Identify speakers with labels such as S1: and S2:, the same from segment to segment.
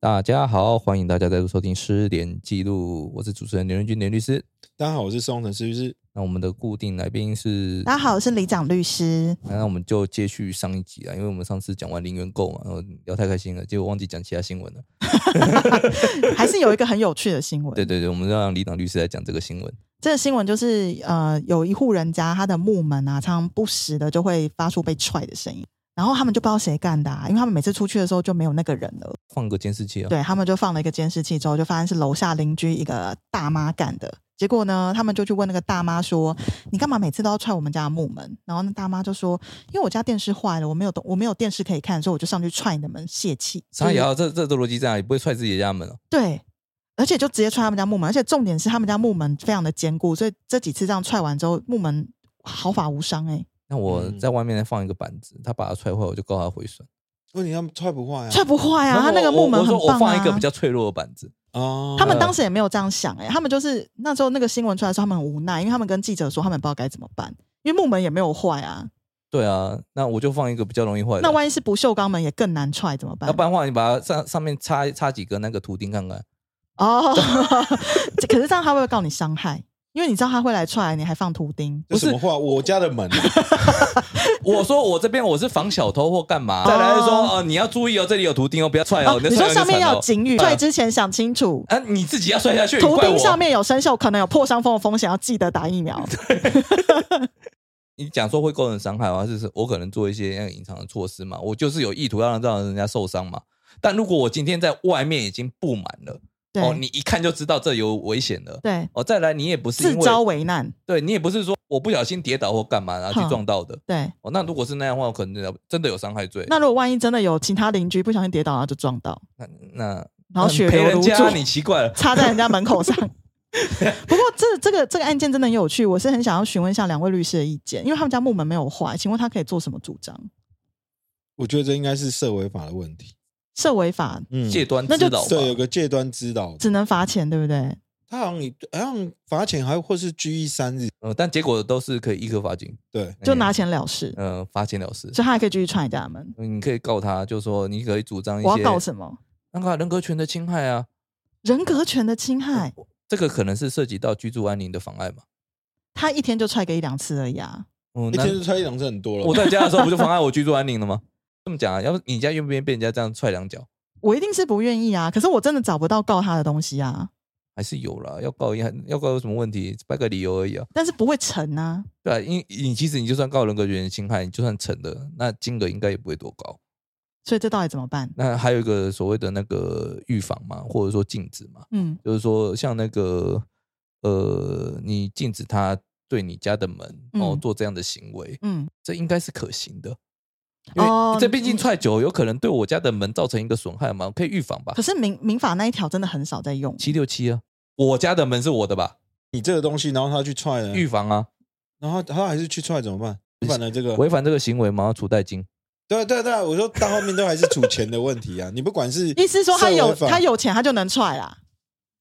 S1: 大家好，欢迎大家再度收听《失联记录》，我是主持人刘仁君，刘律师。
S2: 大家好，我是宋城，是不是？
S1: 那我们的固定来宾是
S3: 大家好，我是李长律师。
S1: 那那我们就接续上一集啊，因为我们上次讲完零元购嘛，然后聊太开心了，结果忘记讲其他新闻了。
S3: 还是有一个很有趣的新闻，
S1: 对对对，我们让李党律师来讲这个新闻。
S3: 这个新闻就是呃，有一户人家他的木门啊，常常不时的就会发出被踹的声音，然后他们就不知道谁干的、啊，因为他们每次出去的时候就没有那个人了，
S1: 放个监视器啊，
S3: 对他们就放了一个监视器之后，就发现是楼下邻居一个大妈干的。结果呢，他们就去问那个大妈说：“你干嘛每次都要踹我们家的木门？”然后那大妈就说：“因为我家电视坏了，我没有我没有电视可以看，所以我就上去踹你的门泄气。”
S1: 他也啊要这这这逻辑在哪里？不会踹自己的家门哦。
S3: 对，而且就直接踹他们家木门，而且重点是他们家木门非常的坚固，所以这几次这样踹完之后，木门毫发无伤、欸。
S1: 那我
S2: 嗯
S1: 在外面再放一个板子，他把它踹坏，我就告他毁损。
S2: 问题他们踹不坏啊？
S3: 踹不坏啊，
S1: 嗯然后
S3: 他那个
S1: 我
S3: 木门
S1: 我
S3: 很
S1: 说我
S3: 棒
S1: 放一个比
S3: 啊。
S1: 较嗯脆弱的板子，
S2: 哦，
S3: 他们当时也没有这样想、欸，哎，他们就是那时候那个新闻出来的时候，他们很无奈，因为他们跟记者说他们不知道该怎么办，因为木门也没有坏啊，
S1: 对啊，那我就放一个比较容易坏的。
S3: 那万一是不锈钢门也更难踹怎么办
S1: 要？不然的话，你把它上上面插插几个那个图钉看看。
S3: 哦， 这可是这样他会不会告你伤害？因为你知道他会来踹你，还放图钉。
S2: 这什么话？我家的门啊，
S1: 我说我这边我是防小偷或干嘛？再来就说哦，你要注意哦，这里有图钉哦，不要踹哦。
S3: 哦，你
S1: 的
S3: 说
S1: 摔
S3: 上面
S1: 就惨
S3: 要
S1: 了
S3: 有
S1: 哦
S3: 警语，
S1: 啊
S3: 踹之前想清楚。
S1: 啊，你自己要摔下去，
S3: 图
S1: 你怪
S3: 钉
S1: 我
S3: 上面有生锈，可能有破伤风的风险，要记得打疫 苗。
S1: 你讲说会构成伤害的话，就是我可能做一些那个隐藏的措施嘛，我就是有意图要让让人家受伤嘛。但如果我今天在外面已经布满了，
S3: 对、
S1: 哦，你一看就知道这有危险了。
S3: 对，
S1: 哦，再来你也不是
S3: 自
S1: 因
S3: 招
S1: 为
S3: 为难。
S1: 对你也不是说我不小心跌倒或干嘛然后去
S3: 哼
S1: 撞到的。
S3: 对，
S1: 哦，那如果是那样的话，我可能真的有伤害罪。
S3: 那如果万一真的有其他邻居不小心跌倒，然后就撞到，
S1: 那那
S3: 然后
S1: 那
S3: 血
S1: 赔
S3: 流
S1: 人
S3: 如
S1: 家，
S3: 注，
S1: 你奇怪了。
S3: 插在人家门 口上。不过这这个这个案件真的很有趣，我是很想要询问一下两位律师的意见，因为他们家木门没有坏，请问他可以做什么主张？
S2: 我觉得这应该是社违法的问题。
S3: 涉违法
S2: 嗯
S1: 戒端
S3: 那
S1: 之
S3: 就
S1: 道吧，
S2: 对，有个戒端指导，
S3: 只能罚钱，对不
S1: 哎
S3: 对？
S2: 他好像你好像罚钱还或是拘役三日，
S1: 呃，但结果都是可以一颗罚金，
S2: 对，
S3: 就拿钱了事，
S1: 呃罚钱了事。
S3: 所以他还可以继续踹人家的门。
S1: 你可以告他，就说你可以主张一
S3: 我
S1: 些
S3: 要告什么？
S1: 那个啊人格权的侵害啊，
S3: 人格权的侵害，
S1: 这个可能是涉及到居住安宁的妨碍嘛。
S3: 他一天就踹个一两次而已啊。
S1: 嗯，
S2: 一
S1: 那
S2: 天就踹一两次很多了。
S1: 我在家的时候不就妨碍我居住安宁了吗？ 这么讲啊，要不你家愿不愿意被人家这样踹两脚？
S3: 我一定是不愿意啊，可是我真的找不到告他的东西啊，
S1: 还是有啦，要告也要告有什么问题？掰个理由而已啊。
S3: 但是不会成啊。
S1: 对啊，因为你其实你就算告人格权侵害，你就算成了，那金额应该也不会多高。
S3: 所以这到底怎么办？
S1: 那还有一个所谓的那个预防嘛，或者说禁止嘛，
S3: 嗯，
S1: 就是说像那个呃，你禁止他对你家的门哦
S3: 嗯
S1: 做这样的行为，
S3: 嗯，
S1: 这应该是可行的。因
S3: 哦
S1: 为这毕竟
S3: 嗯
S1: 踹久，有可能对我家的门造成一个损害嘛，可以预防吧
S3: 可。是民民法那一条真的很少在用，
S1: 七六七啊，我家的门是我的吧？
S2: 你这个东西，然后他去踹了，
S1: 预防啊，
S2: 然后他还是去踹怎么办？违反了这个，
S1: 违反这个行为嘛，要处代金。
S2: 对啊对对，我说到后面都还是处钱的问题啊。 你不管是
S3: 意思说他有
S2: 社违法
S3: 他有钱他就能踹啦，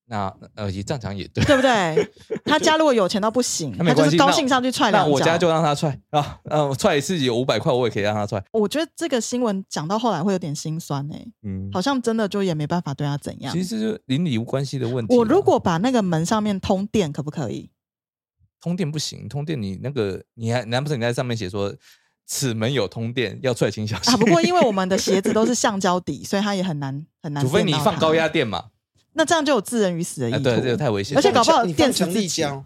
S1: 那呃，也正常也对。
S3: 对 不对？他家如果有钱到不行，
S1: 那没
S3: 他就
S1: 关系
S3: 是高兴上去踹两
S1: 那
S3: 脚。
S1: 我家就让他踹啊，呃，我踹一次有五百块，我也可以让他踹。
S3: 我觉得这个新闻讲到后来会有点心酸哎、
S1: 嗯，
S3: 好像真的就也没办法对他怎样
S1: 其。实就是邻里无关系的问题啊。
S3: 我如果把那个门上面通电，可不可以？
S1: 通电不行，通电你那个你还难不成你在上面写说此门有通电，要踹请小心？
S3: 啊，不 过因为我们的鞋子都是橡胶底，所以它也很难很难。
S1: 除非你放高，压电嘛，
S3: 那这样 就有置人于死的意
S1: 啊，
S3: 图。
S1: 对，这个太危险。
S3: 而且搞不好
S2: 你放
S3: 电死
S2: 强
S3: 自
S2: 力
S3: 己哦
S2: 胶，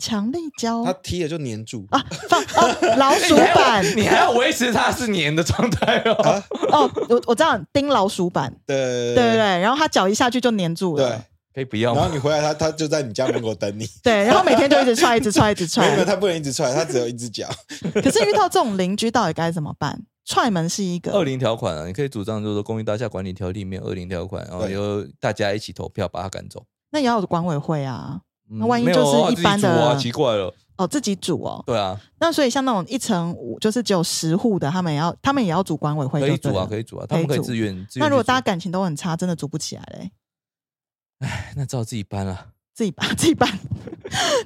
S3: 强力胶
S2: 他踢了就粘住
S3: 啊，放哦老鼠板
S1: 你还要维持它是粘的状态哦。
S2: 啊，
S3: 哦，我我知道钉老鼠板，
S2: 对
S3: 对对对，然后它脚一下去就粘住
S2: 对
S3: 了，。
S1: 可以不要
S3: 哦
S2: 然后
S1: 吗？
S2: 你回来，他他就在你家门口等 你。
S3: 对，然后每天就一直踹，一直踹，一直
S2: 没有没有，
S3: 踹。
S2: 他不能一直踹，他只有一只脚。
S3: 可是遇到这种邻居，到底该怎么办？踹门是一
S1: 二
S2: 哦
S3: 个，
S1: 零条款啊，你可以主张就是说《公寓大厦管理条例》里面二零条款，然后哦
S2: 对
S1: 由大家一起投票把它赶走。嗯
S3: 那也要有管委会啊。那万一
S1: 没有
S3: 就是
S1: 啊
S3: 一
S1: 自己
S3: 般的
S1: 煮啊，奇怪了，
S3: 哦，自己煮哦。
S1: 对啊，
S3: 那所以像那种一层五，就是只有十户的，他们也要，他们也要组管委会
S1: 可
S3: 就
S1: 以
S3: 对
S1: 煮啊，
S3: 了，
S1: 可以煮啊，他们可以
S3: 可以煮
S1: 自愿。自愿
S3: 那如果
S1: 去煮
S3: 大家感情都很差，真的组不起来嘞，
S1: 那照自己搬了，
S3: 自己搬自己搬，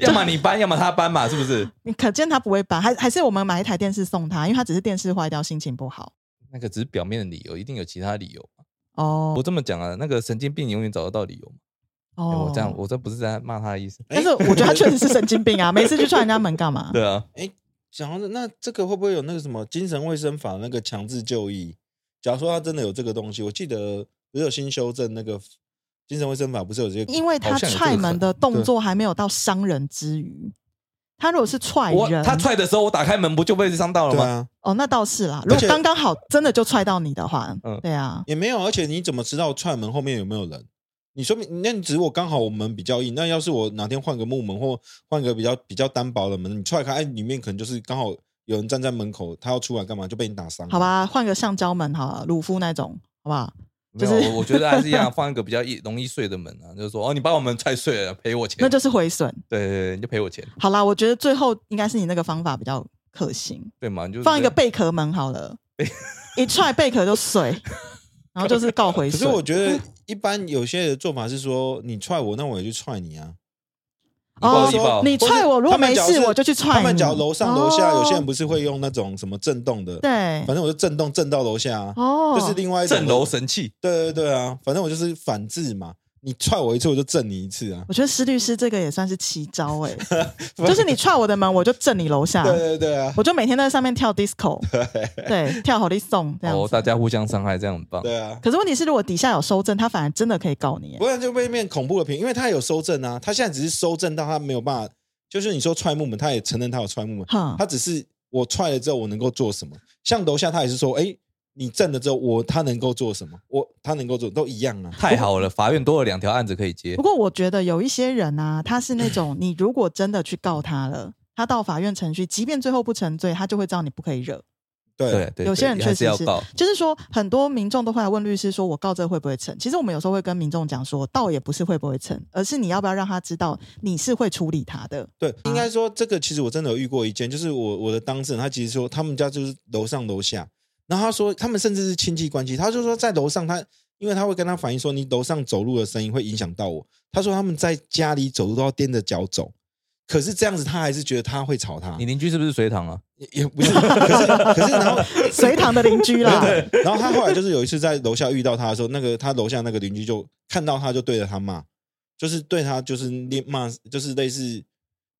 S1: 要么你搬，要么他搬嘛，是不是？
S3: 你可见他不会搬，还还是我们买一台电视送他，因为他只是电视坏掉，心情不好
S1: 那个只是表面的理由，一定有其他理由。我
S3: 哦
S1: 这么讲啊，那个神经病永远找得到理由嘛。哎
S3: 哦。
S1: 我这样，，我这不是在骂他的意思。
S3: 但是
S2: 哎
S3: 我觉得 他确实是神经病啊，每次去踹人家门干嘛？
S1: 对啊，
S2: 讲到这那这个会不会有那个什么精神卫生法那个强制就医？假如说他真的有这个东西，我记得不是有新修正那个精神卫生法，不是有这个？
S3: 因为他
S1: 好像有这个
S3: 踹门的动作还没有到伤人之余，他如果是踹
S1: 我
S3: 哎人，
S1: 他踹的时候，我打开门不就被伤到了
S2: 对
S1: 吗？
S2: 啊，
S3: 哦，那倒是啦。
S2: 而
S3: 如
S2: 且
S3: 果刚刚好真的就踹到你的话，
S1: 嗯
S3: 对啊，
S2: 也没有，而且你怎么知道踹门后面有没有人？你说明，那你只是我刚好我门比较硬，那要是我哪天换个木门或换个比较比较单薄的门，你踹开，哎，里面可能就是刚好有人站在门口，他要出来干嘛就被你打伤。
S3: 好，吧，换个橡胶门好了，鲁夫那种，好不好？
S1: 没有，
S3: 啊就是
S1: 我我觉得还是一 样，放一个比较易容易碎的门啊，就是说，哦，你把我门踹碎了，赔我钱。
S3: 那就是毁损。
S1: 对对对，你就赔我钱，
S3: 好啦，我觉得最后应该是你那个方法比较可行，
S1: 对嘛？你就
S3: 放一个贝壳门好了，一踹贝壳就碎，然后就是告回
S2: 可是我
S3: 损。
S2: 觉得一般有些的做法是说，你踹我，那我也去踹你啊。
S1: 你报
S3: 哦
S1: 一报，
S3: 你踹我，如果没
S2: 或是他们假
S3: 事
S2: 如是
S3: 我就去踹你。
S2: 他们脚楼上楼下，
S3: 哦
S2: 有些人不是会用那种什么震动的，
S3: 对
S2: 反正我就震动震到楼下啊，
S3: 哦，
S2: 就是另外一种
S1: 震楼。神器。
S2: 对对对啊，反正我就是反制嘛，你踹我一次我就震你一次啊。
S3: 我觉得施律师这个也算是奇招 哎、就是你踹我的门，我就震你楼下，
S2: 对对对啊，
S3: 我就每天在上面 跳 disco，对，跳好利颂这样
S1: 哦，
S3: 子。
S1: 大家互相伤害，这样很棒。
S2: 对啊。
S3: 可是问题是，如果底下有收证，他反而真的可以告你、欸
S2: 不。然就被变恐怖的评，因为他有收正啊，他现在只是收正到他没有办法，就是你说踹木门，他也承认他有踹木门，
S3: 哼
S2: 他，只是我踹了之后我能够做什么？像楼下他也是说，哎，你震了之后我他能够做什么？我他能够做都一样啊。
S1: 太好了，法院多了两条案子可以接
S3: 不。过我觉得有一些人啊，他是那种你如果真的去告他了，他到法院程序，即便最后不成罪，他就会知道你不可以惹。
S2: 对，
S1: 对对，
S3: 有些人
S1: 对
S3: 确
S1: 还
S3: 实
S1: 是要告。
S3: 就是说，很多民众都会来问律师说：“我告这会不会成？”其实我们有时候会跟民众讲说，倒也不是会不会成，而是你要不要让他知道你是会处理他的。
S2: 对，应该说这个其实我真的有遇过一件，就是我我的当事人他其实说他们家就是楼上楼下，然后他说他们甚至是亲戚关系，他就说在楼上他。因为他会跟他反映说，你楼上走路的声音会影响到我。他说他们在家里走路都要踮着脚走，可是这样子他还是觉得他会吵他
S1: 你，邻居是不是隋唐啊？
S2: 也也不是。可是可是然后
S3: 隋唐的邻 居啦，
S2: 然后他后来就是有一次在楼下遇到他的时候，那个他楼下那个邻居就看到他就对着他骂，就是对他就是念骂，就是类似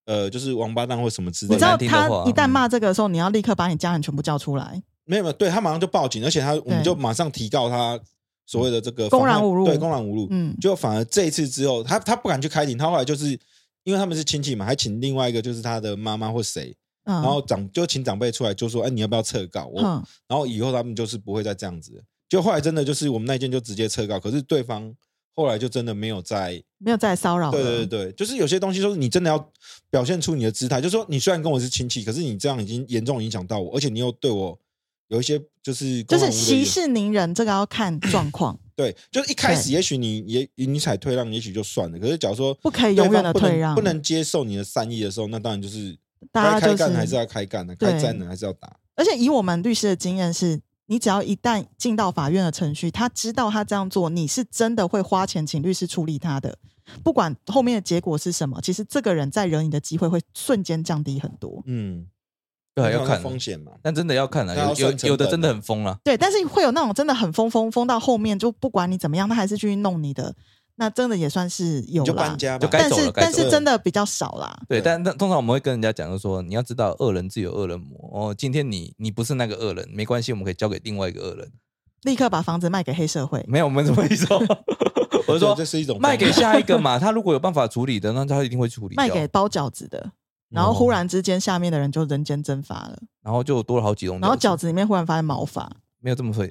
S2: 呃就是王八蛋或什么之类
S3: 你
S2: 的。
S3: 知道
S1: 难听的
S3: 他
S1: 话嗯
S3: 一旦骂这个的时候，你要立刻把你家人全部叫出来。
S2: 没有没有，对他马上就报警，而且他我们就马上提告他所谓的这个
S3: 公然
S2: 妨害
S3: 侮辱
S2: 对公然侮辱。
S3: 嗯，
S2: 就反而这一次之后，他他不敢去开庭，他后来就是因为他们是亲戚嘛，还请另外一个就是他的妈妈或谁，
S3: 然
S2: 然后长就请长辈出来就说，哎，你要不要撤告？我
S3: 嗯，
S2: 然后以后他们就是不会再这样子了。就后来真的就是我们那一件就直接撤告，可是对方后来就真的没有再，
S3: 没有再骚扰了。
S2: 对对对对，就是有些东西就是你真的要表现出你的姿态，就是说你虽然跟我是亲戚，可是你这样已经严重影响到我，而且你又对我有一些就是公
S3: 就
S2: 然
S3: 是
S2: 侮辱的
S3: 息
S2: 言
S3: 事宁人，这个要看状况，
S2: 对，就是一开始
S3: 对
S2: 也许你也你采退让，也许就算了，可是假如说
S3: 不可以
S2: 对
S3: 永
S2: 方
S3: 远的
S2: 不能
S3: 退让
S2: 不能接受你的善意的时候，那当然就是
S3: 大
S2: 该
S3: 家
S2: 开
S3: 就
S2: 干还是
S3: 是。
S2: 要开干的，
S3: 对
S2: 该战的还是要打。
S3: 而且以我们律师的经验是，你只要一旦进到法院的程序，他知道他这样做，你是真的会花钱请律师处理他的，不管后面的结果是什么，其实这个人再惹你的机会会瞬间降低很多。
S2: 嗯，
S1: 对，啊要看
S2: 风险嘛。
S1: 但真的要看了，啊
S2: 那要
S1: 有有
S2: 算成
S1: 有的
S2: 本
S3: 啊
S1: 真的很疯了。啊
S3: 对，但是会有那种真的很疯疯疯到后面，就不管你怎么样，他还是去弄你的，那真的也算是有
S2: 你就
S3: 啦
S2: 搬。家吧，
S1: 就该
S3: 但
S1: 走了
S3: 是
S1: 该
S3: 但
S1: 走
S3: 是
S2: 了
S3: 真的比较少啦。
S1: 对，
S2: 对
S1: 但但通常我们会跟人家讲，就是说你要知道恶人自有恶人磨。哦，今天你你不是那个恶人，没关系，我们可以交给另外一个恶人。
S3: 立刻把房子卖给黑社会。
S1: 没有，我们怎么一说？ 我
S2: 我
S1: 是说
S2: 这是一种
S1: 卖给
S2: 方法
S1: 下一个 嘛，他如果有办法处理的，那他一定会处理掉。
S3: 卖给包饺子的，然后忽然之间下面的人就人间蒸发了，
S1: 然后就多了好几笼。
S3: 然后饺子里面忽然发现毛发，
S1: 没有这么 碎，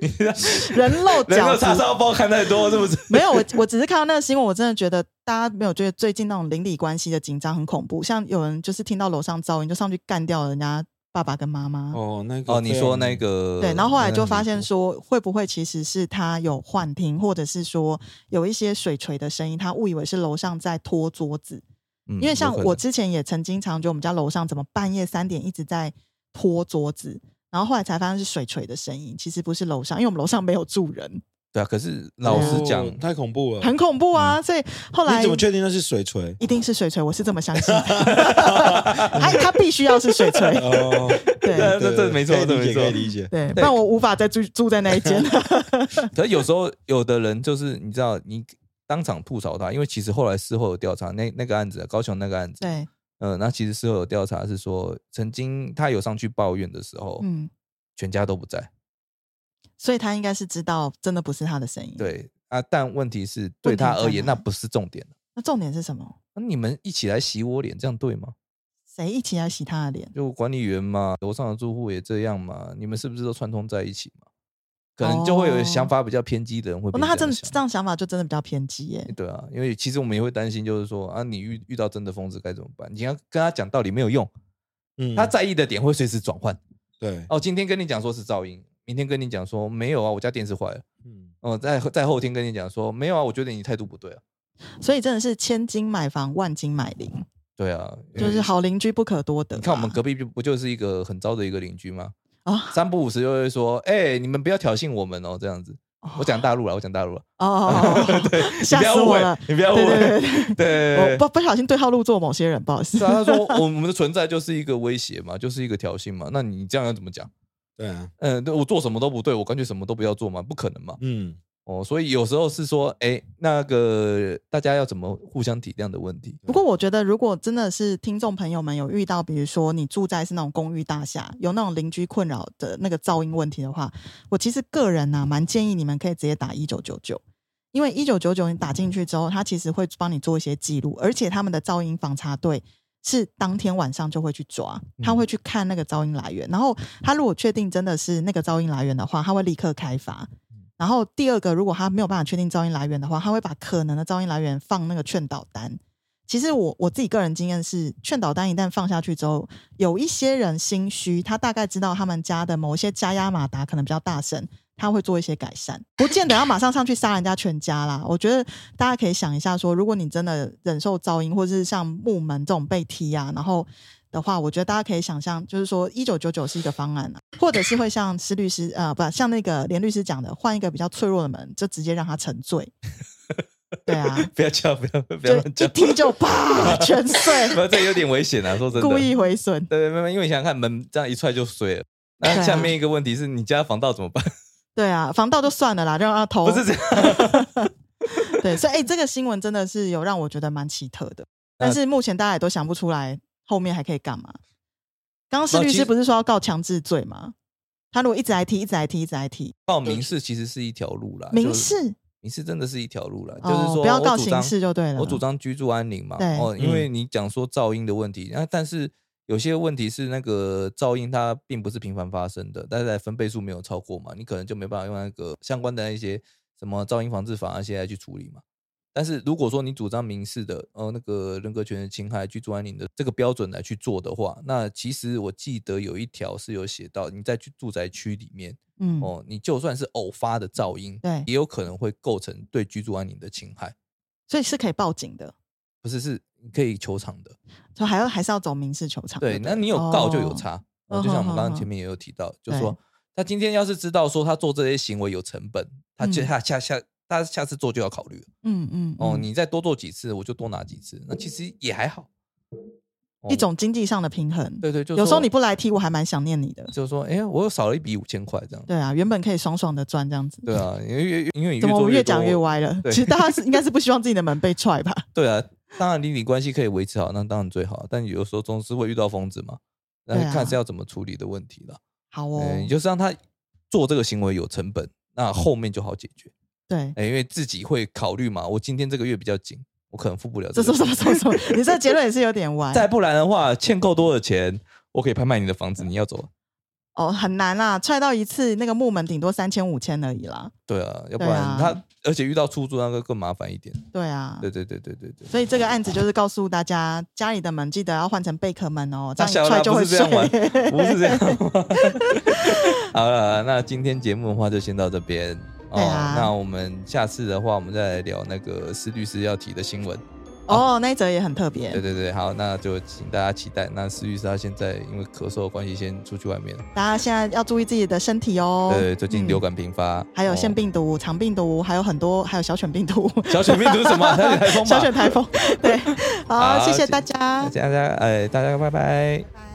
S1: 你知道
S3: 人肉
S1: 人肉叉
S3: 饺子。
S1: 烧包看太多是不是？
S3: 没有，我我只是看到那个新闻，我真的觉得大家没有觉得最近那种邻里关系的紧张很恐怖。像有人就是听到楼上噪音就上去干掉人家爸爸跟妈妈。
S2: 哦，那个
S1: 哦，你说那
S2: 个
S1: 个
S3: 对，然后后来
S1: 那
S3: 就
S1: 很
S3: 发
S1: 离
S3: 现
S1: 谱
S3: 说，会不会其实是他有幻听，或者是说有一些水锤的声音，他误以为是楼上在拖桌子。
S1: 嗯
S3: 因为
S1: 有
S3: 像
S1: 可
S3: 我
S1: 能
S3: 之前也曾经常觉得我们家楼上怎么半夜三点一直在拖桌子，然后后来才发现是水锤的声音，其实不是楼上，因为我们楼上没有住人，
S1: 对啊，可是老实讲，
S2: 哦 太恐怖
S1: 哦
S2: 了。
S3: 很恐怖啊。
S1: 嗯
S3: 所以后来
S2: 你怎么确定那是水锤？
S3: 一定是水锤，我是这么相 信的。哎，他必须要是水锤，
S2: 哦，
S3: 对
S1: 这这没错
S2: 可以理解
S1: 这没错
S2: 可以理解。
S3: 对，不然我无法再住住在那 一间。
S1: 可是有时候有的人就是你知道，你当场吐槽他，因为其实后来事后有调查，那那个案子啊，高雄那个案子，
S3: 对，
S1: 嗯，那其实事后有调查是说，曾经他有上去抱怨的时候，
S3: 嗯，
S1: 全家都不在，
S3: 所以他应该是知道，真的不是他的声音。，
S1: 对啊，但问题是
S3: 问
S1: 对
S3: 题
S1: 他
S3: 在
S1: 而言，
S3: 哪
S1: 那不是重点。
S3: 那重点是什么？
S1: 那你们一起来洗我脸，这样对吗？
S3: 谁一起来洗他的脸？
S1: 就管理员嘛，楼上的住户也这样嘛，你们是不是都串通在一起嘛？可能就会有
S3: 哦
S1: 想法比较偏激的人会
S3: 哦
S1: 变
S3: 那
S1: 成这
S3: 他
S1: 样
S3: 真的
S1: 想、
S3: 这样想法就真的比较偏激耶。
S1: 对啊，因为其实我们也会担心，就是说啊，你遇遇到真的疯子该怎么办？你要跟他讲道理没有用，
S2: 嗯，
S1: 他在意的点会随时转换。
S2: 对，
S1: 哦，今天跟你讲说是噪音，明天跟你讲说没有啊，我家电视坏了。
S2: 嗯，
S1: 哦，在在后天跟你讲说没有啊，我觉得你态度不对啊。
S3: 所以真的是千金买房，万金买邻，
S1: 对啊，因
S3: 就是
S1: 为
S3: 好邻居不可多得啊。
S1: 你看我们隔壁就不就是一个很糟的一个邻居吗？
S3: 啊，
S1: 三不五时就会说，哎、你们不要挑衅我们哦，这样子。我讲大陆了，我讲大陆了，
S3: 哦 哦，哦哦
S1: 你
S3: 吓
S1: 不要
S3: 死
S1: 误
S3: 我
S1: 会
S3: 了。，
S1: 你不要误
S3: 对
S1: 会，
S3: 对对对
S1: 对
S3: 对，我。不不小心对号入座某些人，不好意思
S1: 是。啊，他说我我们的存在就是一个威胁嘛，就是一个挑衅嘛。那你这样要怎么讲？
S2: 对啊，
S1: 嗯，对我做什么都不对，我干脆什么都不要做嘛，不可能嘛。
S2: 嗯，
S1: 哦，所以有时候是说，哎，那个大家要怎么互相体谅的问题。
S3: 不过我觉得，如果真的是听众朋友们有遇到，比如说你住在是那种公寓大厦，有那种邻居困扰的那个噪音问题的话，我其实个人呐、蛮建议你们可以直接打一九九九，因为一九九九你打进去之后，它其实会帮你做一些记录，而且他们的噪音访查队。是当天晚上就会去抓，他会去看那个噪音来源，然后他如果确定真的是那个噪音来源的话，他会立刻开罚。然后第二个，如果他没有办法确定噪音来源的话，他会把可能的噪音来源放那个劝导单，其实我我自己个人经验是，劝导单一旦放下去之后，有一些人心虚，他大概知道他们家的某一些加压马达可能比较大声，他会做一些改善，不见得要马上上去杀人家全家啦。我觉得大家可以想一下说如果你真的忍受噪音，或者是像木门这种被踢啊，然后。的话，我觉得大家可以想象，就是说一九九九是一个方案、啊，或者是会像施律师呃，不像那个连律师讲的，换一个比较脆弱的门，就直接让他沉醉。对啊，
S1: 不要叫，不要不要
S3: 就
S1: 乱
S3: 一
S1: 叫，
S3: 踢就 啪全碎，
S1: 不要这有点危险啊！说真的，
S3: 故意毁损。
S1: 对对，对因为你想想看，门这样一踹就碎了。那
S3: 对啊
S1: 下面一个问题是你家防盗怎么办？
S3: 对啊，防盗就算了啦，让他偷
S1: 不。是这样，
S3: 对，所以哎、这个新闻真的是有让我觉得蛮奇特的，但是目前大家也都想不出来后面还可以干嘛。刚刚施
S1: 那
S3: 律
S1: 其
S3: 师
S1: 实
S3: 不是说要告强制罪吗？他如果一直来踢，一直来踢，一直来踢，
S1: 告民事其实是一条路啦，
S3: 民
S1: 啊就是
S3: 事
S1: 民事真的是一条路啦，就
S3: 哦
S1: 是说
S3: 不要
S1: 我
S3: 告
S1: 主
S3: 刑
S1: 张
S3: 事就对了
S1: 我主张居住安宁嘛，
S3: 对嗯
S1: 哦，因为你讲说噪音的问题，那、但是有些问题是那个噪音它并不是频繁发生的，但是在分贝数没有超过嘛，你可能就没办法用那个相关的那一些什么噪音防治法那些来去处理嘛。但是如果说你主张民事的，呃，那个人格权的侵害、居住安宁的这个标准来去做的话，那其实我记得有一条是有写到，你在去住宅区里面，
S3: 嗯，
S1: 哦，你就算是偶发的噪音，
S3: 对
S1: 也有可能会构成对居住安宁的侵害，
S3: 所以是可以报警的，
S1: 不是是你可以求偿的。
S3: 所以还要还是要走民事球场。
S1: 对，
S3: 不
S1: 那你有告就有
S3: 哦
S1: 差。
S3: 嗯
S1: 哦就像我们
S3: 哼
S1: 刚
S3: 哼
S1: 刚前
S3: 哼
S1: 面也有提到，就
S3: 对
S1: 说他今天要是知道说他做这些行为有成本，他就
S3: 嗯
S1: 下下下他下次做就要考虑了
S3: 嗯嗯
S1: 哦，
S3: 嗯
S1: 你再多做几次，我就多拿几次，那其实也还好。哦
S3: 一种经济上的平衡。
S1: 对对，就
S3: 有时候
S1: 说
S3: 你不来踢，我还蛮想念你的。
S1: 就说，哎，我又少了一笔五千块这样。
S3: 对啊，原本可以爽爽的赚这样子。
S1: 对啊，因为因为你
S3: 怎么我
S1: 做
S3: 们
S1: 越
S3: 越讲
S1: 多
S3: 越歪了？
S1: 对
S3: 其实大家是应该是不希望自己的门被踹吧？
S1: 对啊，当然邻里关系可以维持好，那当然最好。但有时候总是会遇到疯子嘛，那
S3: 对啊
S1: 看是要怎么处理的问题了。
S3: 好
S1: 嗯、
S3: 哦，
S1: 你就是让他做这个行为有成本，那后面就好解决。
S3: 对，
S1: 哎、因为自己会考虑嘛，我今天这个月比较紧，我可能付不了
S3: 这
S1: 个
S3: 什么
S1: 钱。
S3: 什么什么什么，你这个结论也是有点歪。啊
S1: 再不然的话，欠够多的钱，我可以拍卖你的房子，你要走。
S3: 哦，很难啦，踹到一次那个木门顶多三千五千而已啦。
S1: 对啊，要不
S3: 对啊
S1: 然他、而且遇到出租那个更麻烦一点。
S3: 对啊，
S1: 对对对对对对。
S3: 所以这个案子就是告诉大家，家里的门记得要换成贝壳门哦，这
S1: 那小
S3: 样一踹
S1: 啦，
S3: 就
S1: 不
S3: 会
S1: 是这
S3: 碎。
S1: 样玩，不是这样玩。 好了，那今天节目的话就先到这边。哦
S3: 对啊
S1: 那我们下次的话，我们再来聊那个施律师要提的新闻。
S3: 哦，那一则也很特别
S1: 对，对对，好，那就请大家期待。那施律师他现在因为咳嗽的关系，先出去外面。
S3: 大家现在要注意自己的身体哦。
S1: 对，最近
S3: 嗯
S1: 流感频发，
S3: 还有腺
S1: 哦
S3: 病毒、肠病毒，还有很多，还有小犬病毒、
S1: 小犬病毒是什 么？小犬台风吧
S3: 小犬台风。对，
S1: 好
S3: 好，谢谢
S1: 谢
S3: 大家，
S1: 大家，哎，大家拜拜。
S3: 拜拜。